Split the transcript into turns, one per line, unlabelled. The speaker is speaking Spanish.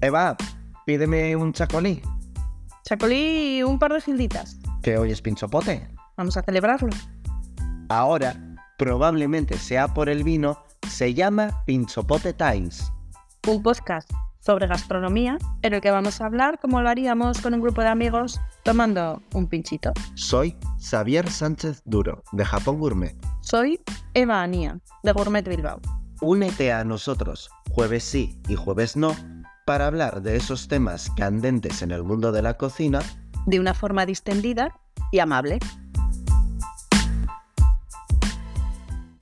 Eva, pídeme un chacolí,
Chacolí y un par de gilditas.
que hoy es pinchopote.
Vamos a celebrarlo.
Ahora, probablemente sea por el vino, se llama Pinchopote Times.
Un podcast sobre gastronomía en el que vamos a hablar como lo haríamos con un grupo de amigos tomando un pinchito.
Soy Xavier Sánchez Duro, de Japón Gourmet.
Soy Eva Anía, de Gourmet Bilbao.
Únete a nosotros, jueves sí y jueves no, para hablar de esos temas candentes en el mundo de la cocina
De una forma distendida y amable.